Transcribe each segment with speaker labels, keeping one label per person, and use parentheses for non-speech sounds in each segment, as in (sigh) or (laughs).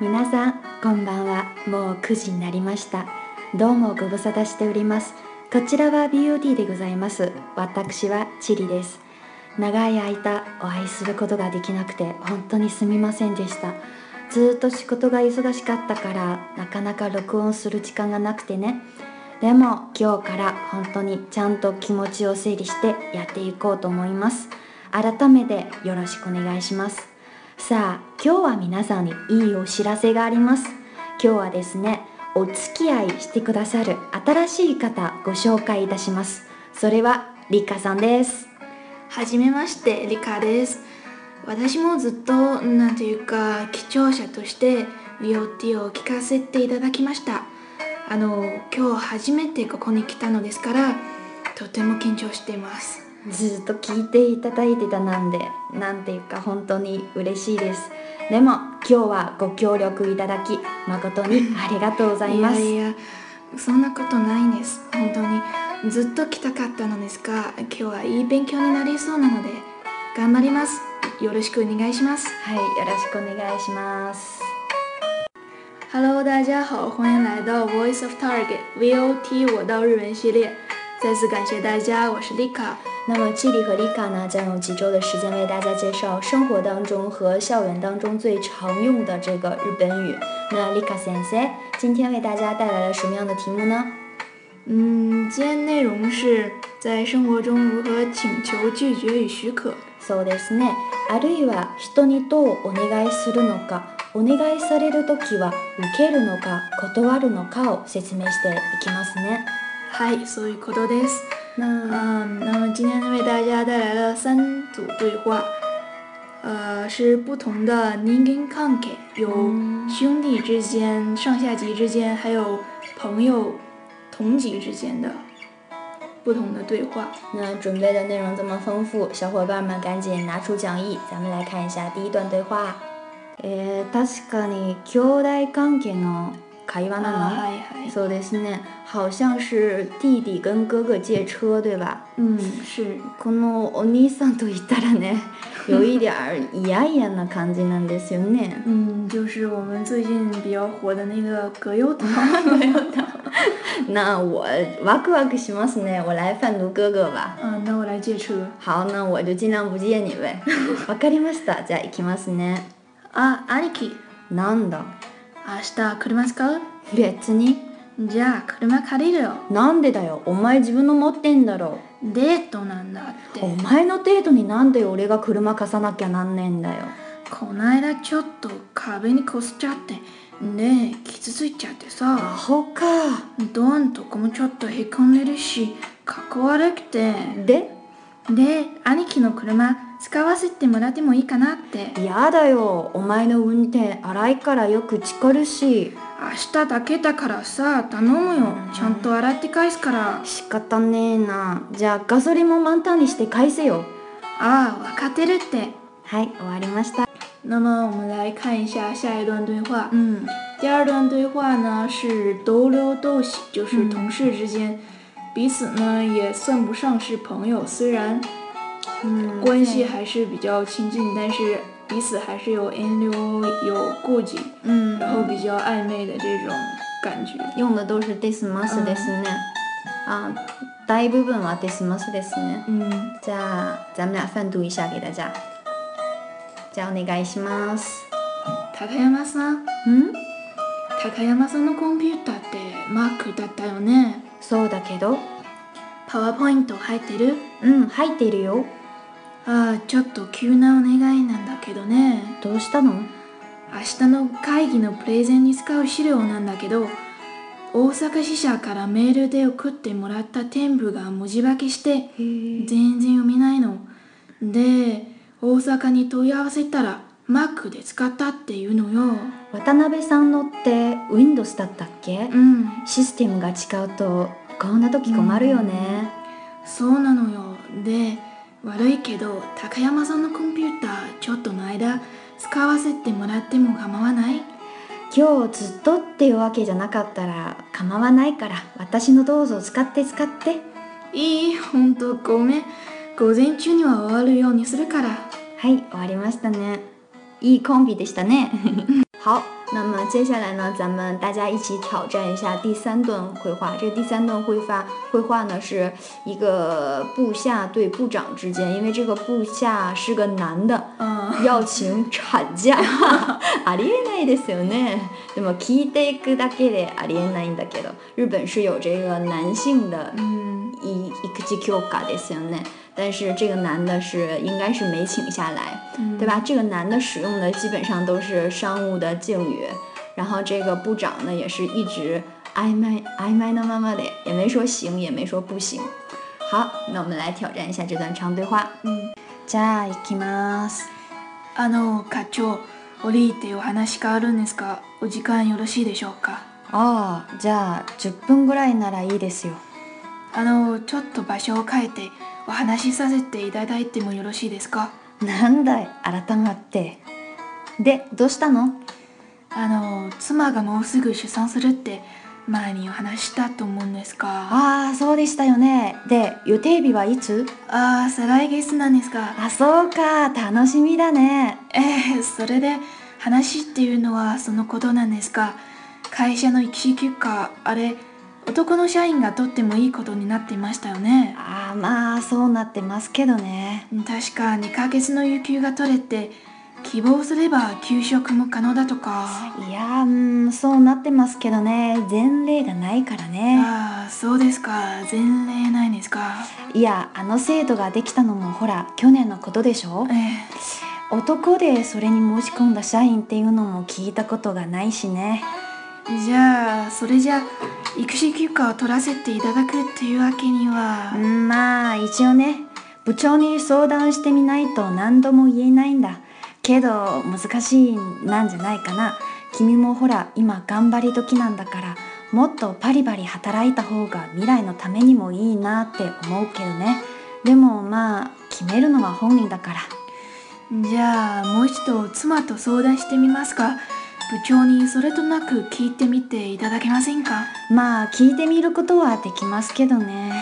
Speaker 1: 皆さんこんばんはもう9時になりましたどうもご無沙汰しておりますこちらは BOT でございます私はチリです長い間お会いすることができなくて本当にすみませんでしたずーっと仕事が忙しかったからなかなか録音する時間がなくてねでも今日から本当にちゃんと気持ちを整理してやっていこうと思います改めてよろしくお願いしますさあ今日は皆さんにいいお知らせがあります今日はですねお付き合いしてくださる新しい方ご紹介いたしますそれはリカさんです
Speaker 2: はじめまして、リカです。私もずっと、なんというか、視聴者として BOT を聞かせていただきました。あの、今日初めてここに来たのですから、とても緊張しています。
Speaker 1: ずっと聞いていただいてたなんでなんていうか本当に嬉しいですでも今日はご協力いただき誠にありがとうございます
Speaker 2: いやいや、そんなことないんです。本当に。ずっと来たかったのですが、今日はいい勉強になりそうなので、頑張ります。よろしくお願いします。
Speaker 1: はいよろしくお願いします
Speaker 2: Hello，大家好，欢迎来到 Voice of Target VOT 我到日文系列。再次感谢大家，我是 Lika。
Speaker 1: 那么基里和丽卡呢，将用几周的时间为大家介绍生活当中和校园当中最常用的这个日本语。那丽卡先生今天为大家带来了什么样的题目呢？
Speaker 2: 嗯，今天内容是在生活中如何请求拒绝与许可。
Speaker 1: そうですね。あるいは人にどうお願いするのか、お願いされるときは受けるのか断るのかを説明していきますね。
Speaker 2: 嗨，所以口头 this。
Speaker 1: 那
Speaker 2: 嗯，那么今天为大家带来了三组对话，呃，是不同的人間関係，有兄弟之间、上下级之间，还有朋友、同级之间的不同的对话。
Speaker 1: 那准备的内容这么丰富，小伙伴们赶紧拿出讲义，咱们来看一下第一段对话。えー、確かに兄弟関係の会話なの？
Speaker 2: 嗨嗨，
Speaker 1: そうですね。好像是弟弟跟哥哥借车，对吧？
Speaker 2: 嗯，是
Speaker 1: このお兄さんと言ったら (laughs) ね、有一点儿嫌々な感じなんですよね。 (laughs)
Speaker 2: 嗯，就是我们最近比较火的那个葛优躺，
Speaker 1: 那我ワクワクしますね。我来贩毒哥哥吧。
Speaker 2: 嗯，那我来借车。
Speaker 1: 好，那我就尽量不借你呗。 (laughs) わかりました。じゃあ行きますね。
Speaker 2: 啊，兄貴，
Speaker 1: なんだ。
Speaker 2: 明日車使う？
Speaker 1: 別に。
Speaker 2: じゃあ車借りるよ。
Speaker 1: なんでだよ。お前自分の持ってんだろ
Speaker 2: デートなんだって
Speaker 1: う。お前のデートになんで俺が車貸さなきゃなんねえんだよ。
Speaker 2: こないだちょっと壁にこすっちゃってねえ傷ついちゃって
Speaker 1: ア
Speaker 2: さ
Speaker 1: ホか。
Speaker 2: ドアんとこもちょっとへこんでるしかっこ悪くて
Speaker 1: で、
Speaker 2: で兄貴の車使わせてもらってもいいかなって
Speaker 1: やだよ。お前の運転荒いからよく叱るし。
Speaker 2: 明日だけだからさ頼むよちゃんと洗って返すから
Speaker 1: 仕方ねえなじゃあガソリンも満タンにして返せよ
Speaker 2: ああ分かってるって
Speaker 1: はい終わりました
Speaker 2: 那么我们来看一下下一段对话
Speaker 1: うん
Speaker 2: 第二段对话呢是斗流斗喜，就是同事之间，彼此呢也算不上是朋友，虽然
Speaker 1: 嗯
Speaker 2: 关系还是比较亲近，但是彼此还是有引流、有顾忌，
Speaker 1: うん
Speaker 2: 然后比较暧昧的这种感觉。
Speaker 1: 用的都是ですますですねあ大部分はですますですね
Speaker 2: 嗯，
Speaker 1: じゃあ咱们俩贩毒一下给大家じゃあお願いします
Speaker 2: 高山さん、
Speaker 1: ん
Speaker 2: 高山さんのコンピューターってマークだったよね。
Speaker 1: そうだけど
Speaker 2: パワーポイント入ってる？
Speaker 1: うん入っているよ
Speaker 2: ああ、ちょっと急なお願いなんだけどね。
Speaker 1: どうしたの
Speaker 2: 明日の会議のプレゼンに使う資料なんだけど大阪支社からメールで送ってもらった添付が文字化けして全然読めないので大阪に問い合わせたら Mac で使ったっていうのよ
Speaker 1: 渡辺さんのって Windows だったっけ
Speaker 2: うん
Speaker 1: システムが違うとこんな時困るよね
Speaker 2: そうなのよで悪いけど高山さんのコンピューターちょっとの間使わせてもらっても構わない
Speaker 1: 今日ずっとっていうわけじゃなかったら構わないから私のどうぞ使って使って
Speaker 2: いいほんとごめん午前中には終わるようにするから
Speaker 3: (laughs)
Speaker 1: はい終わりましたねいいコンビでしたね好
Speaker 3: 那么接下来呢，咱们大家一起挑战一下第三段绘画。这第三段绘画，绘画呢是一个部下对部长之间，因为这个部下是个男的，
Speaker 2: うん
Speaker 3: 要请产假。 (laughs) 啊ありえないですよね。でも聞いていくだけでありえないんだけど、日本是有这个男性的
Speaker 2: うん
Speaker 3: 一一个教科ですよね。但是这个男的是应该是没请下来。
Speaker 2: うん
Speaker 1: 嗯
Speaker 3: 对吧？这个男的使用的基本上都是商务的敬语，然后这个部长呢也是一直暧昧暧昧的妈妈的，也没说行，也没说不行。好，那我们来挑战一下这段长对话。
Speaker 1: 嗯
Speaker 2: うん
Speaker 1: じゃあ行きます
Speaker 2: あの課長折り入ってお話変わるんですがお時間よろしいでしょうか
Speaker 1: ああじゃあ10分ぐらいならいいですよ
Speaker 2: あのちょっと場所を変えてお話しさせていただいてもよろしいですか
Speaker 1: なんだい改まってでどうしたの
Speaker 2: あの妻がもうすぐ出産するって前にお話ししたと思うんですが
Speaker 1: ああそうでしたよねで予定日はいつ
Speaker 2: ああ再来月なんですが
Speaker 1: あそうか楽しみだね
Speaker 2: ええそれで話っていうのはそのことなんですが会社の育児休暇あれ男の社員が取ってもいいことになっていましたよね
Speaker 1: ああまあそうなってますけどね
Speaker 2: 確か2ヶ月の有給が取れて希望すれば給食も可能だとか
Speaker 1: いやーうんそうなってますけどね前例がないからね
Speaker 2: ああそうですか前例ないんですか
Speaker 1: いやあの制度ができたのもほら去年のことでしょ
Speaker 2: ええ
Speaker 1: 男でそれに申し込んだ社員っていうのも聞いたことがないしね
Speaker 2: じゃあそれじゃ育児休暇を取らせていただくっていうわけには
Speaker 1: うんまあ一応ね部長に相談してみないと何度も言えないんだけど難しいなんじゃないかな君もほら今頑張り時なんだからもっとバリバリ働いた方が未来のためにもいいなって思うけどねでもまあ決めるのは本人だから
Speaker 2: じゃあもう一度妻と相談してみますか部長にそれとなく聞いてみていただけませんか
Speaker 1: まあ聞いてみることはできますけどね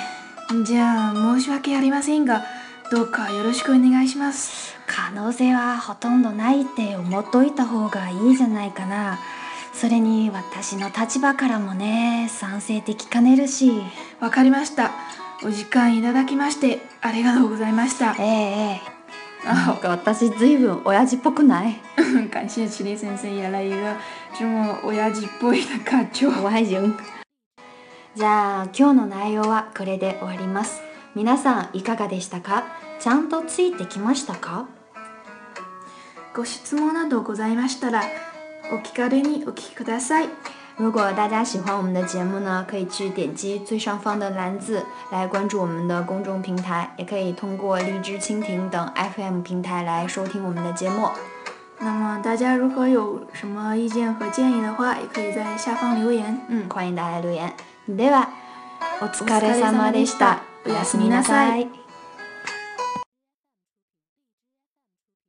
Speaker 2: じゃあ申し訳ありませんがどうかよろしくお願いします
Speaker 1: 可能性はほとんどないって思っといた方がいいじゃないかなそれに私の立場からもね賛成的かねるし
Speaker 2: わかりましたお時間いただきましてありがとうございました (laughs)
Speaker 1: えええ
Speaker 3: なんか私随分親父っぽくない？
Speaker 2: 感謝チリ先生やらいがちも親父っぽいな課長
Speaker 3: 我还行。
Speaker 1: えじゃあ今日の内容はこれで終わります皆さんいかがでしたかちゃんとついてきましたか
Speaker 2: ご質問などございましたらお気軽にお聞きください
Speaker 3: 如果大家喜欢我们的节目呢，可以去点击最上方的蓝字来关注我们的公众平台，也可以通过荔枝、蜻蜓等 FM 平台来收听我们的节目。
Speaker 2: 那么大家如果有什么意见和建议的话，也可以在下方留言。
Speaker 3: 嗯，欢迎大家留言。では、
Speaker 1: お疲れ様でした
Speaker 3: お
Speaker 1: お
Speaker 3: や
Speaker 1: や
Speaker 3: す
Speaker 1: す
Speaker 3: み
Speaker 1: み
Speaker 3: な
Speaker 1: な
Speaker 3: さ
Speaker 1: さ
Speaker 3: い
Speaker 1: い